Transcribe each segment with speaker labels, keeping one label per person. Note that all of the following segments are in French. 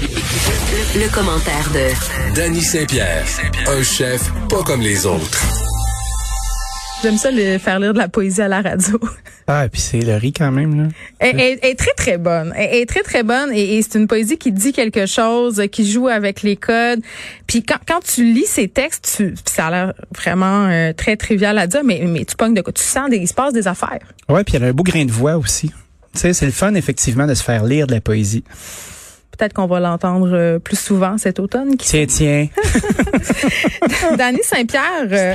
Speaker 1: Le, le commentaire de
Speaker 2: Danny Saint-Pierre, un chef pas comme les autres.
Speaker 3: J'aime ça le faire lire de la poésie à la radio.
Speaker 4: Ah, et puis c'est le riz quand même, là.
Speaker 3: Elle, elle- elle est très, très bonne. Elle, elle est très, très bonne et, et c'est une poésie qui dit quelque chose, qui joue avec les codes. Puis quand, quand tu lis ces textes, tu, puis ça a l'air vraiment euh, très trivial à dire, mais, mais tu pognes de quoi? Tu sens des, il se passe des affaires.
Speaker 4: Ouais, puis elle a un beau grain de voix aussi. Tu sais, c'est le fun, effectivement, de se faire lire de la poésie.
Speaker 3: Peut-être qu'on va l'entendre euh, plus souvent cet automne. Qui...
Speaker 4: Tiens, tiens.
Speaker 3: Dany Saint-Pierre, euh,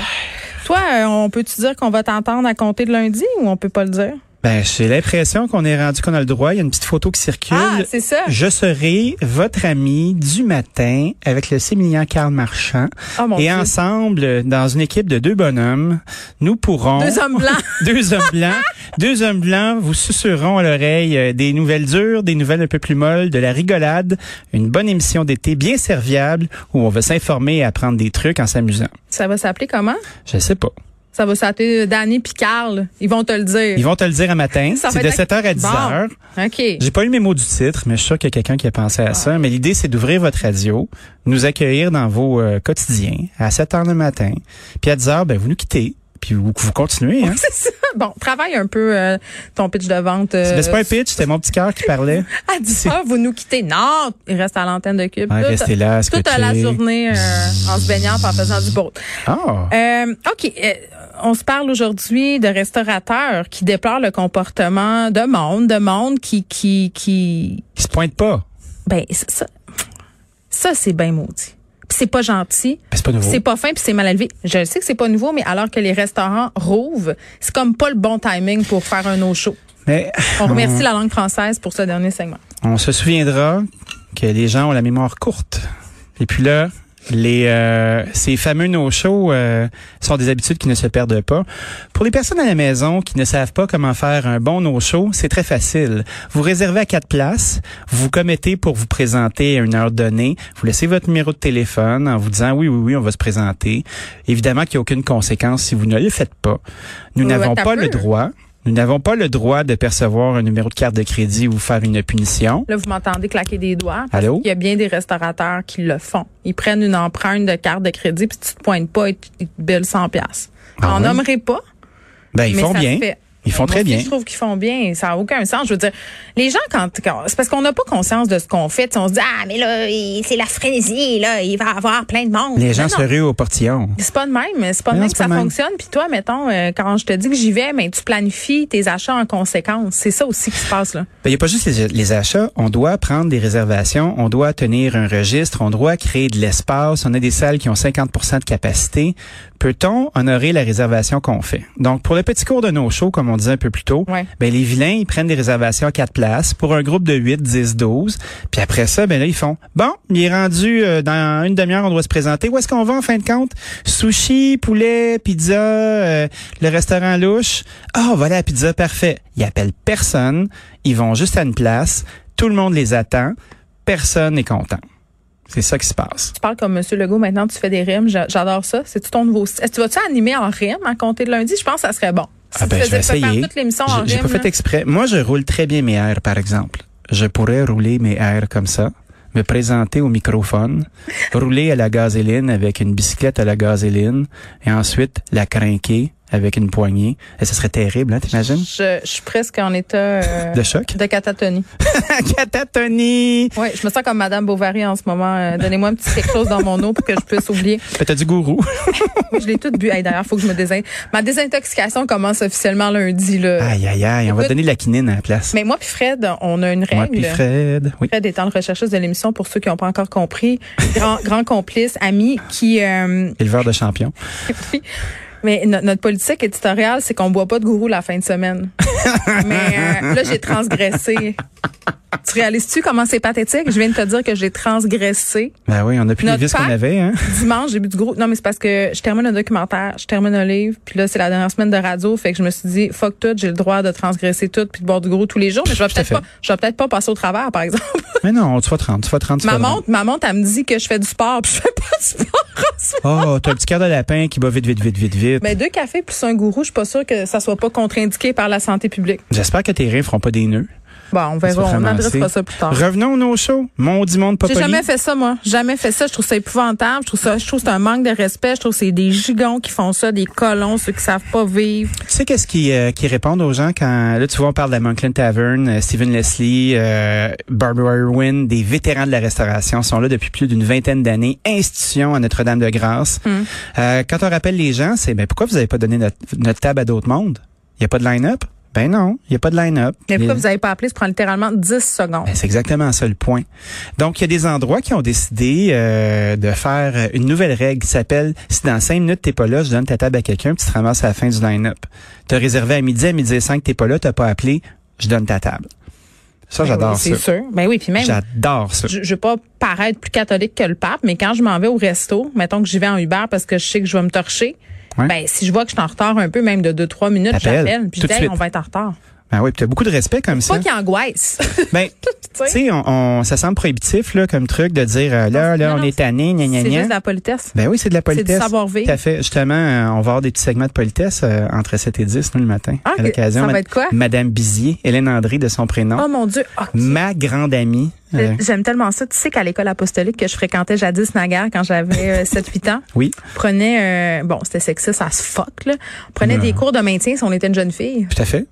Speaker 3: toi, euh, on peut-tu dire qu'on va t'entendre à compter de lundi ou on peut pas le dire?
Speaker 4: Ben, j'ai l'impression qu'on est rendu qu'on a le droit. Il y a une petite photo qui circule.
Speaker 3: Ah, c'est ça.
Speaker 4: Je serai votre ami du matin avec le sémillant Karl Marchand.
Speaker 3: Oh, mon
Speaker 4: et
Speaker 3: Dieu.
Speaker 4: ensemble, euh, dans une équipe de deux bonhommes, nous pourrons...
Speaker 3: Deux hommes blancs.
Speaker 4: deux hommes blancs. Deux hommes blancs vous susurrons à l'oreille euh, des nouvelles dures, des nouvelles un peu plus molles, de la rigolade, une bonne émission d'été bien serviable où on va s'informer et apprendre des trucs en s'amusant.
Speaker 3: Ça va s'appeler comment?
Speaker 4: Je sais pas.
Speaker 3: Ça va s'appeler Danny puis Carl. Ils vont te le dire.
Speaker 4: Ils vont te le dire un matin.
Speaker 3: Ça
Speaker 4: C'est
Speaker 3: va
Speaker 4: de
Speaker 3: être-
Speaker 4: 7h à
Speaker 3: Bon.
Speaker 4: 10h.
Speaker 3: OK.
Speaker 4: J'ai pas lu mes mots du titre, mais je suis sûr qu'il y a quelqu'un qui a pensé à ça. Mais l'idée, c'est d'ouvrir votre radio, nous accueillir dans vos euh, quotidiens à 7 heures le matin. Puis à 10 heures, ben, vous nous quittez. Puis vous, vous continuez. Hein?
Speaker 3: C'est ça. Bon, travaille un peu euh, ton pitch de vente. euh,
Speaker 4: C'est pas un pitch, c'était mon petit cœur qui parlait.
Speaker 3: À 10 heures, vous nous quittez. Non, il reste à l'antenne de Cube.
Speaker 4: Ouais,
Speaker 3: Tout-
Speaker 4: restez là,
Speaker 3: Toute la
Speaker 4: scotché.
Speaker 3: journée euh, en se baignant puis en faisant du boat.
Speaker 4: Ah!
Speaker 3: Euh, OK. euh, on se parle aujourd'hui de restaurateurs qui déplorent le comportement de monde, de monde qui... qui, qui
Speaker 4: Qui se pointe pas.
Speaker 3: ben, ça, ça c'est bien maudit. Puis c'est pas gentil.
Speaker 4: Ben, c'est pas nouveau.
Speaker 3: C'est pas fin puis c'est mal élevé. Je sais que c'est pas nouveau, mais alors que les restaurants rouvrent, c'est comme pas le bon timing pour faire un no show.
Speaker 4: Mais
Speaker 3: On remercie la langue française pour ce dernier segment.
Speaker 4: on se souviendra que les gens ont la mémoire courte. Et puis là, les euh, ces fameux no-shows euh, sont des habitudes qui ne se perdent pas. Pour les personnes à la maison qui ne savent pas comment faire un bon no-show, c'est très facile. Vous réservez à quatre places, vous vous commettez pour vous présenter à une heure donnée, vous laissez votre numéro de téléphone en vous disant oui, oui, oui, on va se présenter. Évidemment qu'il n'y a aucune conséquence si vous ne le faites pas. Nous
Speaker 3: Ouais,
Speaker 4: n'avons
Speaker 3: t'as
Speaker 4: pas le
Speaker 3: peur.
Speaker 4: droit. Nous n'avons pas le droit de percevoir un numéro de carte de crédit ou faire une punition.
Speaker 3: Là, vous m'entendez claquer des doigts. parce
Speaker 4: Allô?
Speaker 3: qu'il y a bien des restaurateurs qui le font. Ils prennent une empreinte de carte de crédit puis tu te pointes pas et tu- ils te billent 100 pièces.
Speaker 4: Ah
Speaker 3: On
Speaker 4: ouais?
Speaker 3: nommerait pas.
Speaker 4: Ben, ils
Speaker 3: mais
Speaker 4: font
Speaker 3: ça
Speaker 4: bien.
Speaker 3: se fait.
Speaker 4: Ils font
Speaker 3: Moi
Speaker 4: très
Speaker 3: aussi,
Speaker 4: bien.
Speaker 3: Je trouve qu'ils font bien. Ça a aucun sens. Je veux dire, les gens, quand, quand- c'est parce qu'on n'a pas conscience de ce qu'on fait. Tu sais, On se dit, ah, mais là, il- c'est la frénésie, là, il va avoir plein de monde.
Speaker 4: Les
Speaker 3: Non,
Speaker 4: gens
Speaker 3: non.
Speaker 4: se ruent au portillon.
Speaker 3: C'est pas de même, c'est pas de
Speaker 4: Non,
Speaker 3: même
Speaker 4: c'est
Speaker 3: que
Speaker 4: pas
Speaker 3: ça
Speaker 4: de même.
Speaker 3: fonctionne. Puis toi, mettons, euh, quand je te dis que j'y vais, mais tu planifies tes achats en conséquence. C'est ça aussi qui se passe là.
Speaker 4: Ben, Il n'y a pas juste les, les achats. On doit prendre des réservations, on doit tenir un registre, on doit créer de l'espace. On a des salles qui ont 50 de capacité. Peut-on honorer la réservation qu'on fait? Donc, pour le petit cours de nos shows, comme on disait un peu plus tôt,
Speaker 3: Ouais.
Speaker 4: ben, les vilains, ils prennent des réservations à quatre places pour un groupe de 8, 10, 12. Puis après ça, ben là, ils font, bon, il est rendu euh, dans une demi-heure, on doit se présenter. Où est-ce qu'on va en fin de compte? Sushi, poulet, pizza, euh, le restaurant louche. Ah, voilà la pizza, parfait. Ils appellent personne. Ils vont juste à une place. Tout le monde les attend. Personne n'est content. C'est ça qui se passe.
Speaker 3: Tu parles comme Monsieur Legault maintenant, tu fais des rimes. J'a- J'adore ça. C'est tout ton nouveau. Est-ce que tu vas-tu animer en rime à compter de lundi? Je pense que ça serait bon. Si
Speaker 4: Ah ben,
Speaker 3: tu
Speaker 4: je vais
Speaker 3: faisais faire
Speaker 4: essayer.
Speaker 3: toute l'émission en
Speaker 4: J'ai- J'ai
Speaker 3: rime.
Speaker 4: pas fait
Speaker 3: là.
Speaker 4: exprès. Moi, je roule très bien mes airs, par exemple. Je pourrais rouler mes airs comme ça, me présenter au microphone, rouler à la gazéline avec une bicyclette à la gazéline, et ensuite la crinquer avec une poignée. Et ce serait terrible, hein, t'imagines?
Speaker 3: Je, je suis presque en état euh,
Speaker 4: De choc?
Speaker 3: de catatonie.
Speaker 4: Catatonie!
Speaker 3: Oui, je me sens comme Madame Bovary en ce moment. Euh, Donnez-moi un petit quelque chose dans mon eau pour que je puisse oublier.
Speaker 4: Ben, T'as du gourou.
Speaker 3: Oui, je l'ai toute bu. Hey, D'ailleurs, faut que je me désin. Ma désintoxication commence officiellement lundi. Là.
Speaker 4: Aïe, aïe, aïe, on va
Speaker 3: Écoute-
Speaker 4: donner de la quinine à la place.
Speaker 3: Mais moi puis Fred, on a une règle.
Speaker 4: Moi puis Fred. Oui.
Speaker 3: Fred étant le rechercheuse de l'émission, pour ceux qui n'ont pas encore compris, grand, grand complice, ami, qui... euh,
Speaker 4: Éleveur de champion.
Speaker 3: oui. mais no- notre politique éditoriale, c'est qu'on boit pas de gourou la fin de semaine. mais euh, là, j'ai transgressé. Tu réalises-tu comment c'est pathétique? Je viens de te dire que j'ai transgressé.
Speaker 4: Ben oui, on a plus les
Speaker 3: Notre
Speaker 4: vis qu'on
Speaker 3: pacte-
Speaker 4: avait, hein.
Speaker 3: Dimanche, j'ai bu du gourou. Non, mais c'est parce que je termine un documentaire, je termine un livre, puis là, c'est la dernière semaine de radio, fait que je me suis dit, fuck tout, j'ai le droit de transgresser tout, puis de boire du gourou tous les jours, mais je vais
Speaker 4: Tout à
Speaker 3: peut-être pas,
Speaker 4: fait.
Speaker 3: je vais peut-être pas passer au travers, par exemple.
Speaker 4: Mais non, tu vas 30, tu vas 30, tu vas
Speaker 3: Ma
Speaker 4: 30.
Speaker 3: montre, ma montre, elle me dit que je fais du sport, puis je fais pas de sport en ce moment.
Speaker 4: Oh, t'as un petit cœur de lapin qui bat vite, vite, vite, vite, vite.
Speaker 3: Mais deux cafés plus un gourou, je suis pas sûre que ça soit pas contre-indiqué par la santé publique.
Speaker 4: J'espère que tes reins feront pas des nœuds.
Speaker 3: Ben Bon, on verra,
Speaker 4: Ça
Speaker 3: on
Speaker 4: serait
Speaker 3: adressera
Speaker 4: ramassé.
Speaker 3: ça plus tard.
Speaker 4: Revenons au no-show. Mon du monde pas
Speaker 3: J'ai
Speaker 4: poli.
Speaker 3: jamais fait ça, moi. Jamais fait ça. Je trouve ça épouvantable. Je trouve ça, je trouve que c'est un manque de respect. Je trouve que c'est des gigons qui font ça, des colons, ceux qui savent pas vivre.
Speaker 4: Tu sais qu'est-ce qui, euh, qui répondent aux gens quand là tu vois on parle de la Monkland Tavern, euh, Stephen Leslie, euh, Barbara Irwin, des vétérans de la restauration sont là depuis plus d'une vingtaine d'années, institution à Notre-Dame-de-Grâce.
Speaker 3: Mm.
Speaker 4: Euh, quand on rappelle les gens, c'est ben pourquoi vous avez pas donné notre, notre table à d'autres mondes Il y a pas de line-up Ben non, il y a pas de line-up.
Speaker 3: Mais pourquoi
Speaker 4: Les-
Speaker 3: vous avez pas appelé? Ça prend littéralement 10 secondes.
Speaker 4: ben, c'est exactement ça le point. Donc, il y a des endroits qui ont décidé euh, de faire euh, une nouvelle règle qui s'appelle si dans cinq minutes t'es pas là, je donne ta table à quelqu'un, puis tu te ramasses à la fin du line-up. T'as réservé à midi, à midi et cinq, t'es pas là, t'as pas appelé, je donne ta table. Ça,
Speaker 3: Ben
Speaker 4: j'adore
Speaker 3: oui,
Speaker 4: ça.
Speaker 3: C'est sûr. Ben oui, puis même.
Speaker 4: J'adore ça.
Speaker 3: je, je veux pas paraître plus catholique que le pape, mais quand je m'en vais au resto, mettons que j'y vais en Uber parce que je sais que je vais me torcher,
Speaker 4: Ouais.
Speaker 3: ben si je vois que je suis en retard un peu, même de 2-3 minutes,
Speaker 4: T'appelles,
Speaker 3: j'appelle, puis je dis,
Speaker 4: tout de
Speaker 3: Hey,
Speaker 4: suite.
Speaker 3: on va être en retard.
Speaker 4: Ben oui, puis t'as beaucoup de respect comme
Speaker 3: Pas
Speaker 4: ça.
Speaker 3: qu'il angoisse.
Speaker 4: Ben,
Speaker 3: Tu
Speaker 4: tu
Speaker 3: sais.
Speaker 4: sais, on, on- ça semble prohibitif là, comme truc de dire euh, là, là,
Speaker 3: Non,
Speaker 4: on
Speaker 3: non,
Speaker 4: est tanné, gna gna
Speaker 3: C'est
Speaker 4: gna.
Speaker 3: juste de la politesse.
Speaker 4: Ben oui, c'est de la
Speaker 3: du
Speaker 4: politesse.
Speaker 3: savoir-vivre.
Speaker 4: Tout à fait. Justement, euh, on va avoir des petits segments de politesse euh, entre 7 et 10, nous, le matin.
Speaker 3: Ah,
Speaker 4: à l'occasion.
Speaker 3: ça va
Speaker 4: Ma-
Speaker 3: être quoi?
Speaker 4: Madame Bizier, Hélène André de son prénom.
Speaker 3: Oh mon Dieu, ok.
Speaker 4: Ma grande amie. euh,
Speaker 3: J'aime tellement ça. Tu sais qu'à l'école apostolique que je fréquentais jadis naguère quand j'avais 7-8 ans,
Speaker 4: oui.
Speaker 3: prenait, euh, bon, c'était sexiste, ça se fuck, là. On prenait des cours de maintien si on était une jeune fille.
Speaker 4: Tout à fait.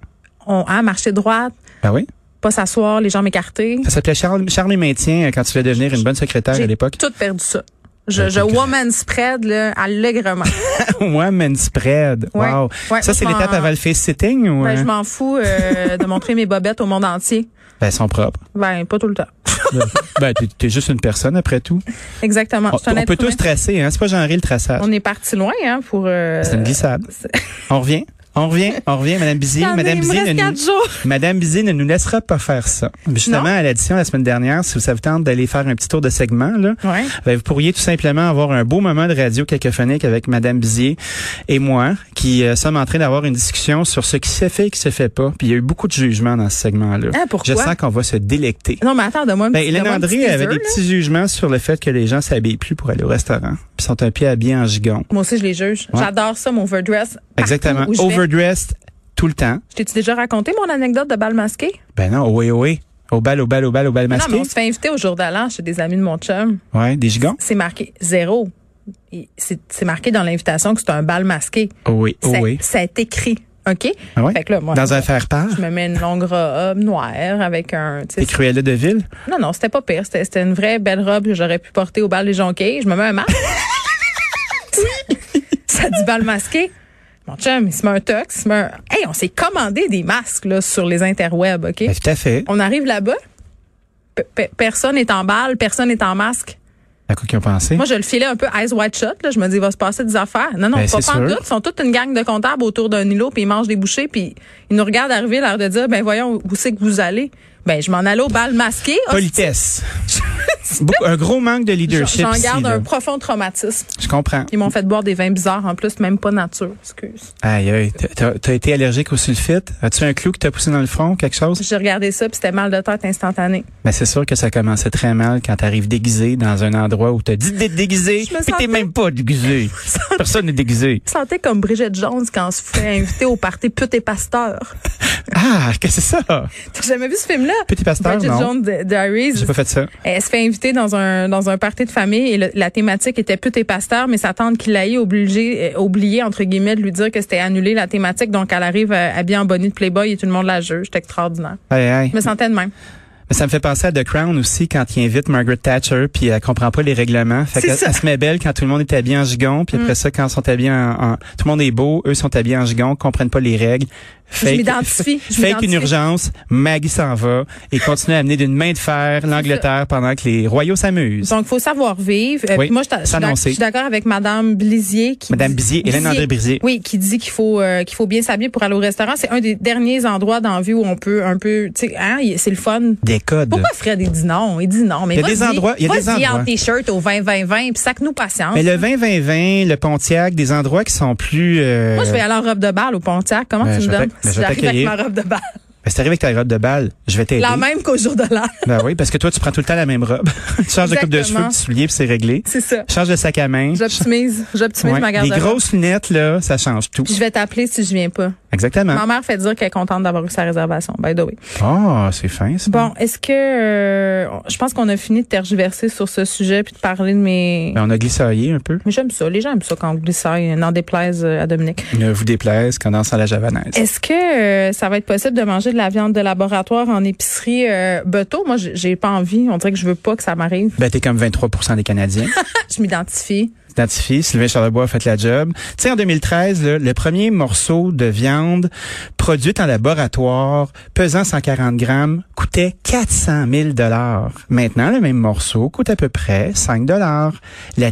Speaker 3: On a marché droite,
Speaker 4: Ben oui.
Speaker 3: pas s'asseoir, les jambes écartées.
Speaker 4: Ça s'appelait Charles, Charles et Maintien euh, quand tu voulais devenir une bonne secrétaire à
Speaker 3: J'ai
Speaker 4: l'époque.
Speaker 3: tout perdu ça. Je, je woman spread là, allègrement.
Speaker 4: ouais, men spread.
Speaker 3: Ouais.
Speaker 4: Wow.
Speaker 3: Ouais,
Speaker 4: ça,
Speaker 3: moi,
Speaker 4: c'est
Speaker 3: je m'en-
Speaker 4: l'étape avant le face-sitting ou.
Speaker 3: Ben, je
Speaker 4: euh,
Speaker 3: m'en fous euh, de montrer mes bobettes au monde entier.
Speaker 4: ben, son propre.
Speaker 3: Ben, pas tout le temps.
Speaker 4: ben, t'es, t'es juste une personne après tout.
Speaker 3: Exactement.
Speaker 4: On,
Speaker 3: Ah, Je suis un
Speaker 4: on
Speaker 3: être
Speaker 4: peut
Speaker 3: humain.
Speaker 4: tous tracer, hein. C'est pas genré le traçage.
Speaker 3: On est parti loin hein, pour... Euh,
Speaker 4: C'est une glissade.
Speaker 3: c'est-
Speaker 4: On revient. On revient, on revient, Madame Bizier.
Speaker 3: Attendez,
Speaker 4: Madame
Speaker 3: il me
Speaker 4: Bizier, ne
Speaker 3: reste
Speaker 4: nous-
Speaker 3: quatre jours.
Speaker 4: Madame Bizet ne nous laissera pas faire ça. Justement,
Speaker 3: Non.
Speaker 4: à l'addition la semaine dernière, si ça vous tente d'aller faire un petit tour de segment, là,
Speaker 3: Ouais.
Speaker 4: ben, vous pourriez tout simplement avoir un beau moment de radio cacophonique avec Madame Bizier et moi, qui euh, sommes en train d'avoir une discussion sur ce qui se fait et qui se fait pas. Puis il y a eu beaucoup de jugements dans ce segment-là.
Speaker 3: Ah, pourquoi?
Speaker 4: Je sens qu'on va se délecter.
Speaker 3: Non, mais attends, donne-moi un
Speaker 4: Ben,
Speaker 3: petit
Speaker 4: Hélène
Speaker 3: donne-moi un petit
Speaker 4: André avait
Speaker 3: teaser,
Speaker 4: des
Speaker 3: là.
Speaker 4: petits jugements sur le fait que les gens s'habillent plus pour aller au restaurant, puis sont un pied habillés en gigon.
Speaker 3: Moi aussi, je les juge.
Speaker 4: Ouais.
Speaker 3: J'adore ça, mon overdress. Partout
Speaker 4: Exactement.
Speaker 3: où je vais.
Speaker 4: Overdressed tout le temps.
Speaker 3: Je t'ai-tu déjà raconté mon anecdote de bal masqué?
Speaker 4: Ben non, oui, oui. Au bal, au bal, au bal, au bal
Speaker 3: Non, mais
Speaker 4: masqué.
Speaker 3: on se fait inviter au jour de l'an chez des amis de mon chum.
Speaker 4: Ouais, des gigons.
Speaker 3: C'est marqué zéro. Et C'est c'est marqué dans l'invitation que c'est un bal masqué.
Speaker 4: Oui,
Speaker 3: ça,
Speaker 4: oui.
Speaker 3: ça est écrit. OK?
Speaker 4: Ah ouais?
Speaker 3: Fait que là, moi,
Speaker 4: Dans un faire-part?
Speaker 3: je me mets une longue robe noire avec un. tu sais,
Speaker 4: Des cruelles de ville?
Speaker 3: Non, non, c'était pas pire. C'était c'était une vraie belle robe que j'aurais pu porter au bal des jonquilles. Je me mets un masque. ça dit bal masqué. Mon chum, il se met un tox, il se met un... Hey, on s'est commandé des masques là, sur les interwebs, OK?
Speaker 4: Ben, tout à fait.
Speaker 3: On arrive là-bas. pe- pe- Personne est en balle, personne est en masque.
Speaker 4: À quoi qu'ils ont pensé?
Speaker 3: Moi, je le filais un peu eyes wide shut. Là. Je me dis, il va se passer des affaires. Non, non,
Speaker 4: Ben,
Speaker 3: pas
Speaker 4: c'est
Speaker 3: en
Speaker 4: sûr.
Speaker 3: Ils sont toute une gang de comptables autour d'un îlot, puis ils mangent des bouchées, puis ils nous regardent arriver, l'air de dire, ben voyons, où c'est que vous allez? Ben, je m'en allais au bal masqué. Ah,
Speaker 4: Politesse. Beaucoup- un gros manque de leadership
Speaker 3: J'en
Speaker 4: ici,
Speaker 3: garde
Speaker 4: là.
Speaker 3: un profond traumatisme.
Speaker 4: Je comprends.
Speaker 3: Ils m'ont fait boire des vins bizarres en plus, même pas nature, excuse.
Speaker 4: Aïe, aïe. T'as- T'as t'as été allergique au sulfite? As-tu un clou qui t'a poussé dans le front? Quelque chose?
Speaker 3: J'ai regardé ça puis c'était mal de tête instantané.
Speaker 4: Mais c'est sûr que ça commençait très mal quand t'arrives déguisé dans un endroit où t'as dit d'être déguisé,
Speaker 3: Je me
Speaker 4: puis t'es
Speaker 3: sentais-
Speaker 4: même pas déguisé. Personne n'est déguisé.
Speaker 3: Je sentais comme Brigitte Jones quand on se fait inviter au party pute et pasteur.
Speaker 4: Ah, qu'est-ce que c'est ça?
Speaker 3: T'as jamais vu ce film-là?
Speaker 4: Petit pasteur,
Speaker 3: Bridget
Speaker 4: non.
Speaker 3: Jones de- Diaries.
Speaker 4: J'ai pas fait ça.
Speaker 3: Elle se fait inviter dans un dans un party de famille et le- la thématique était pute et pasteur, mais sa tante qui l'a eu obligé, euh, oublié entre guillemets de lui dire que c'était annulé la thématique, donc elle arrive euh, habillée en bonnet de Playboy et tout le monde la juge. C'était extraordinaire.
Speaker 4: Aïe, aïe.
Speaker 3: Je me sentais de même.
Speaker 4: Mais ça me fait penser à The Crown aussi quand il invite Margaret Thatcher puis elle comprend pas les règlements. Fait
Speaker 3: C'est
Speaker 4: qu'elle
Speaker 3: ça. Mm.
Speaker 4: elle se met belle quand tout le monde est habillé en gigon puis après ça quand ils sont habillés en, en- tout le monde est beau, eux sont habillés en gigon, comprennent pas les règles. Fake,
Speaker 3: m'identifie, je
Speaker 4: fake une
Speaker 3: m'identifie.
Speaker 4: urgence, Maggie s'en va et continue à amener d'une main de fer l'Angleterre pendant que les royaux s'amusent.
Speaker 3: Donc, faut savoir vivre. Euh,
Speaker 4: Oui,
Speaker 3: puis moi, je t'a- je suis d'ac-
Speaker 4: s'annoncer.
Speaker 3: je suis d'accord avec Madame Blizier. Qui
Speaker 4: Madame
Speaker 3: dit-
Speaker 4: Bizier, Hélène André Bizier.
Speaker 3: Oui, qui dit qu'il faut euh, qu'il faut bien s'habiller pour aller au restaurant. C'est un des derniers endroits dans la vie où on peut un peu, tu sais, hein, il- c'est le fun.
Speaker 4: Des codes.
Speaker 3: Pourquoi Fred il dit non Il dit non, mais
Speaker 4: Il y a
Speaker 3: vas-y,
Speaker 4: des endroits- il y a des
Speaker 3: vas-y en
Speaker 4: endroits.
Speaker 3: t-shirt au 20 20 20 puis sac nous patience.
Speaker 4: Mais le 20-20-20, le Pontiac, des endroits qui sont plus euh,
Speaker 3: Moi, je vais aller en robe de balle au Pontiac. Comment
Speaker 4: ben,
Speaker 3: tu
Speaker 4: je
Speaker 3: me
Speaker 4: vais
Speaker 3: donnes
Speaker 4: t'ac- ben,
Speaker 3: si
Speaker 4: je
Speaker 3: j'arrive
Speaker 4: vais
Speaker 3: avec
Speaker 4: t'accueillir.
Speaker 3: ma robe de balle?
Speaker 4: Ben, c'est arrivé avec ta robe de balle, je vais t'aider.
Speaker 3: La même qu'au jour de l'an.
Speaker 4: Ben oui, parce que toi, tu prends tout le temps la même robe. tu changes de coupe de
Speaker 3: Exactement.
Speaker 4: cheveux, de souliers, puis c'est réglé.
Speaker 3: C'est ça.
Speaker 4: Change de sac à main.
Speaker 3: J'optimise. J'optimise
Speaker 4: Ouais.
Speaker 3: ma
Speaker 4: Les
Speaker 3: garde-robe.
Speaker 4: grosses lunettes, là, ça change tout.
Speaker 3: Puis Je vais t'appeler si je viens pas.
Speaker 4: Exactement.
Speaker 3: Ma mère fait dire qu'elle est contente d'avoir eu sa réservation. By the way.
Speaker 4: Ah, c'est fin, ça.
Speaker 3: Bon, est-ce que euh, je pense qu'on a fini de tergiverser sur ce sujet puis de parler de mes.
Speaker 4: Ben, on a glissaillé un peu.
Speaker 3: Mais j'aime ça. Les gens aiment ça quand on glissaille, n'en déplaise euh, à Dominique.
Speaker 4: Ne vous déplaise, condensant à la javanaise.
Speaker 3: Est-ce que euh, ça va être possible de manger de la viande de laboratoire en épicerie euh, Beto? Moi, j'ai- j'ai pas envie. On dirait que je veux pas que ça m'arrive.
Speaker 4: Ben, t'es comme 23 des Canadiens.
Speaker 3: Je m'identifie.
Speaker 4: Identifie, Sylvain Charlebois a fait la job. Tu sais, en 2013, là, le premier morceau de viande produite en laboratoire, pesant 140 grammes, coûtait 400 000 dollars. Maintenant, le même morceau coûte à peu près 5 dollars. La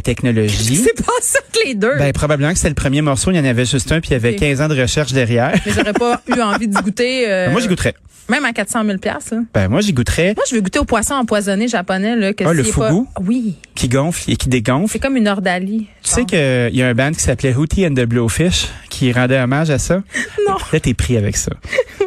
Speaker 4: technologie...
Speaker 3: C'est pas ça que les deux.
Speaker 4: Ben, probablement que c'était le premier morceau, il y en avait juste un, puis il y avait
Speaker 3: Ok. Euh.
Speaker 4: 15 ans de recherche derrière.
Speaker 3: Mais j'aurais pas eu envie d'y goûter. euh,
Speaker 4: Ben, moi, j'y goûterais.
Speaker 3: Même à 400 000 piastres, là.
Speaker 4: Ben, moi, j'y goûterais,
Speaker 3: Moi, je veux goûter au poisson empoisonné japonais, là. Que
Speaker 4: Ah, le
Speaker 3: s'il est pas-
Speaker 4: fugu?
Speaker 3: Oui.
Speaker 4: qui gonfle et qui dégonfle.
Speaker 3: C'est comme une ordalie.
Speaker 4: Tu sais qu'il y a un band qui s'appelait Hootie and the Blowfish qui rendait hommage à ça?
Speaker 3: Non.
Speaker 4: Là, t'es pris avec ça.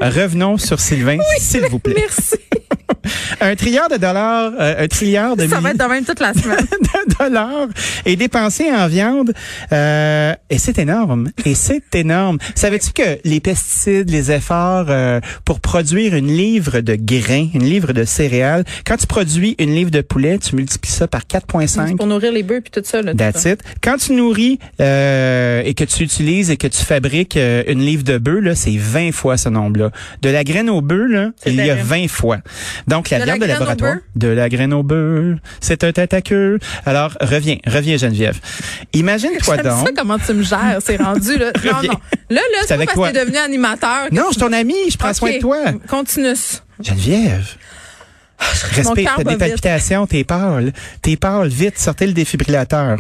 Speaker 4: Revenons sur Sylvain, s'il vous plaît.
Speaker 3: Merci.
Speaker 4: Un trilliard de dollars, euh, un trilliard de,
Speaker 3: ça va
Speaker 4: milliers
Speaker 3: être de même toute la semaine.
Speaker 4: de dollars est dépensé en viande. euh, et c'est énorme. Et c'est énorme. Savais-tu que les pesticides, les efforts euh, pour produire une livre de grains, une livre de céréales, quand tu produis une livre de poulet, tu multiplies ça par 4,5.
Speaker 3: C'est pour nourrir les bœufs puis tout ça, là. tout
Speaker 4: That's
Speaker 3: ça.
Speaker 4: it. Quand tu nourris euh, et que tu utilises et que tu fabriques euh, une livre de bœuf, là, c'est 20 fois ce nombre-là. De la graine au bœuf, là,
Speaker 3: C'est
Speaker 4: il y a
Speaker 3: terrible.
Speaker 4: 20 fois. Donc, la
Speaker 3: De la
Speaker 4: viande de
Speaker 3: graine au
Speaker 4: laboratoire.
Speaker 3: bœuf?
Speaker 4: De la graine au bœuf, c'est un tête à queue. Alors, reviens, reviens Geneviève. Imagine-toi
Speaker 3: J'aime ça
Speaker 4: donc.
Speaker 3: comment tu me gères, c'est rendu là. Non,
Speaker 4: Reviens.
Speaker 3: non. Là, là, c'est pas
Speaker 4: avec
Speaker 3: parce
Speaker 4: toi.
Speaker 3: que t'es devenu animateur. que-
Speaker 4: Non, je suis ton ami, je prends soin de
Speaker 3: Ok.
Speaker 4: toi.
Speaker 3: Continue.
Speaker 4: Geneviève. Respecte,
Speaker 3: cœur
Speaker 4: t'as
Speaker 3: bat
Speaker 4: des
Speaker 3: vite.
Speaker 4: palpitations, t'es pâle. T'es pâle, vite, sortez le défibrillateur.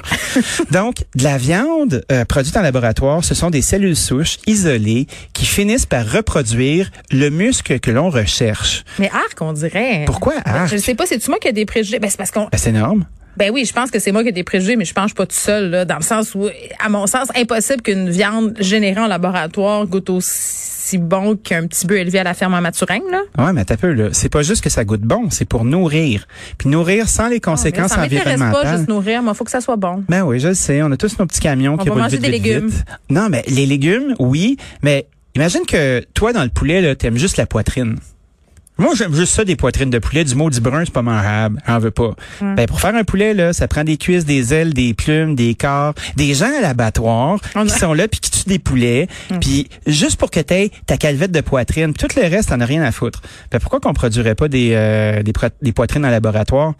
Speaker 4: Donc, de la viande euh, produite en laboratoire, ce sont des cellules souches isolées qui finissent par reproduire le muscle que l'on recherche.
Speaker 3: Mais arc, on dirait. Ben,
Speaker 4: Pourquoi arc?
Speaker 3: Je ne sais pas, c'est-tu moi qui a des préjugés? Ben, c'est parce qu'on.
Speaker 4: Ben, c'est énorme.
Speaker 3: Ben oui, je pense que c'est moi qui ai des préjugés, mais je pense que je suis pas tout seul, là, dans le sens où, à mon sens, impossible qu'une viande générée en laboratoire goûte aussi bon qu'un petit bœuf élevé à la ferme en Maturenne, là.
Speaker 4: Ouais, mais t'as peu, là. C'est pas juste que ça goûte bon, c'est pour nourrir. Puis nourrir sans les conséquences
Speaker 3: Ah, ça m'intéresse
Speaker 4: environnementales.
Speaker 3: pas juste nourrir, mais faut que ça soit bon.
Speaker 4: Ben oui, je le sais. On a tous nos petits camions qui
Speaker 3: va
Speaker 4: roulent
Speaker 3: manger
Speaker 4: vite,
Speaker 3: des
Speaker 4: vite,
Speaker 3: légumes.
Speaker 4: vite. Non, mais les légumes, oui. Mais imagine que toi, dans le poulet, là, t'aimes juste la poitrine. Moi, j'aime juste ça, des poitrines de poulet. Du maudit brun, c'est pas mangeable. J'en veux pas.
Speaker 3: Mm.
Speaker 4: Ben, pour faire un poulet, là, ça prend des cuisses, des ailes, des plumes, des corps, des gens à l'abattoir
Speaker 3: On
Speaker 4: qui
Speaker 3: a- Mm.
Speaker 4: sont là puis qui tuent des poulets. Puis juste pour que t'aies ta calvette de poitrine. Puis tout le reste, t'en as rien à foutre. Ben, pourquoi qu'on produirait pas des, euh, des, pro- des poitrines en laboratoire?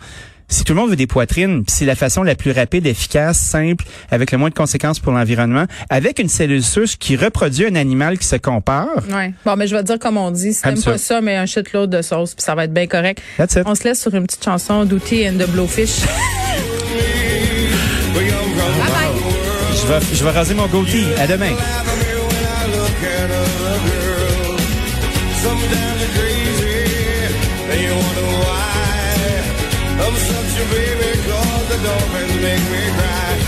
Speaker 4: Si tout le monde veut des poitrines, puis c'est la façon la plus rapide, efficace, simple, avec le moins de conséquences pour l'environnement, avec une cellule souche qui reproduit un animal qui se compare,
Speaker 3: Ouais. Bon, mais je vais te dire comme on dit, si
Speaker 4: Aime
Speaker 3: t'aimes
Speaker 4: ça.
Speaker 3: pas ça, mais un shitload de sauce, puis ça va être bien correct.
Speaker 4: That's it.
Speaker 3: On se laisse sur une petite chanson d'Outil and the Blowfish. Bye bye.
Speaker 4: je vais, je vais raser mon goatee. À demain.
Speaker 5: Sometimes you're crazy, and you wonder why. I'm such a baby, 'cause the dolphins make me cry.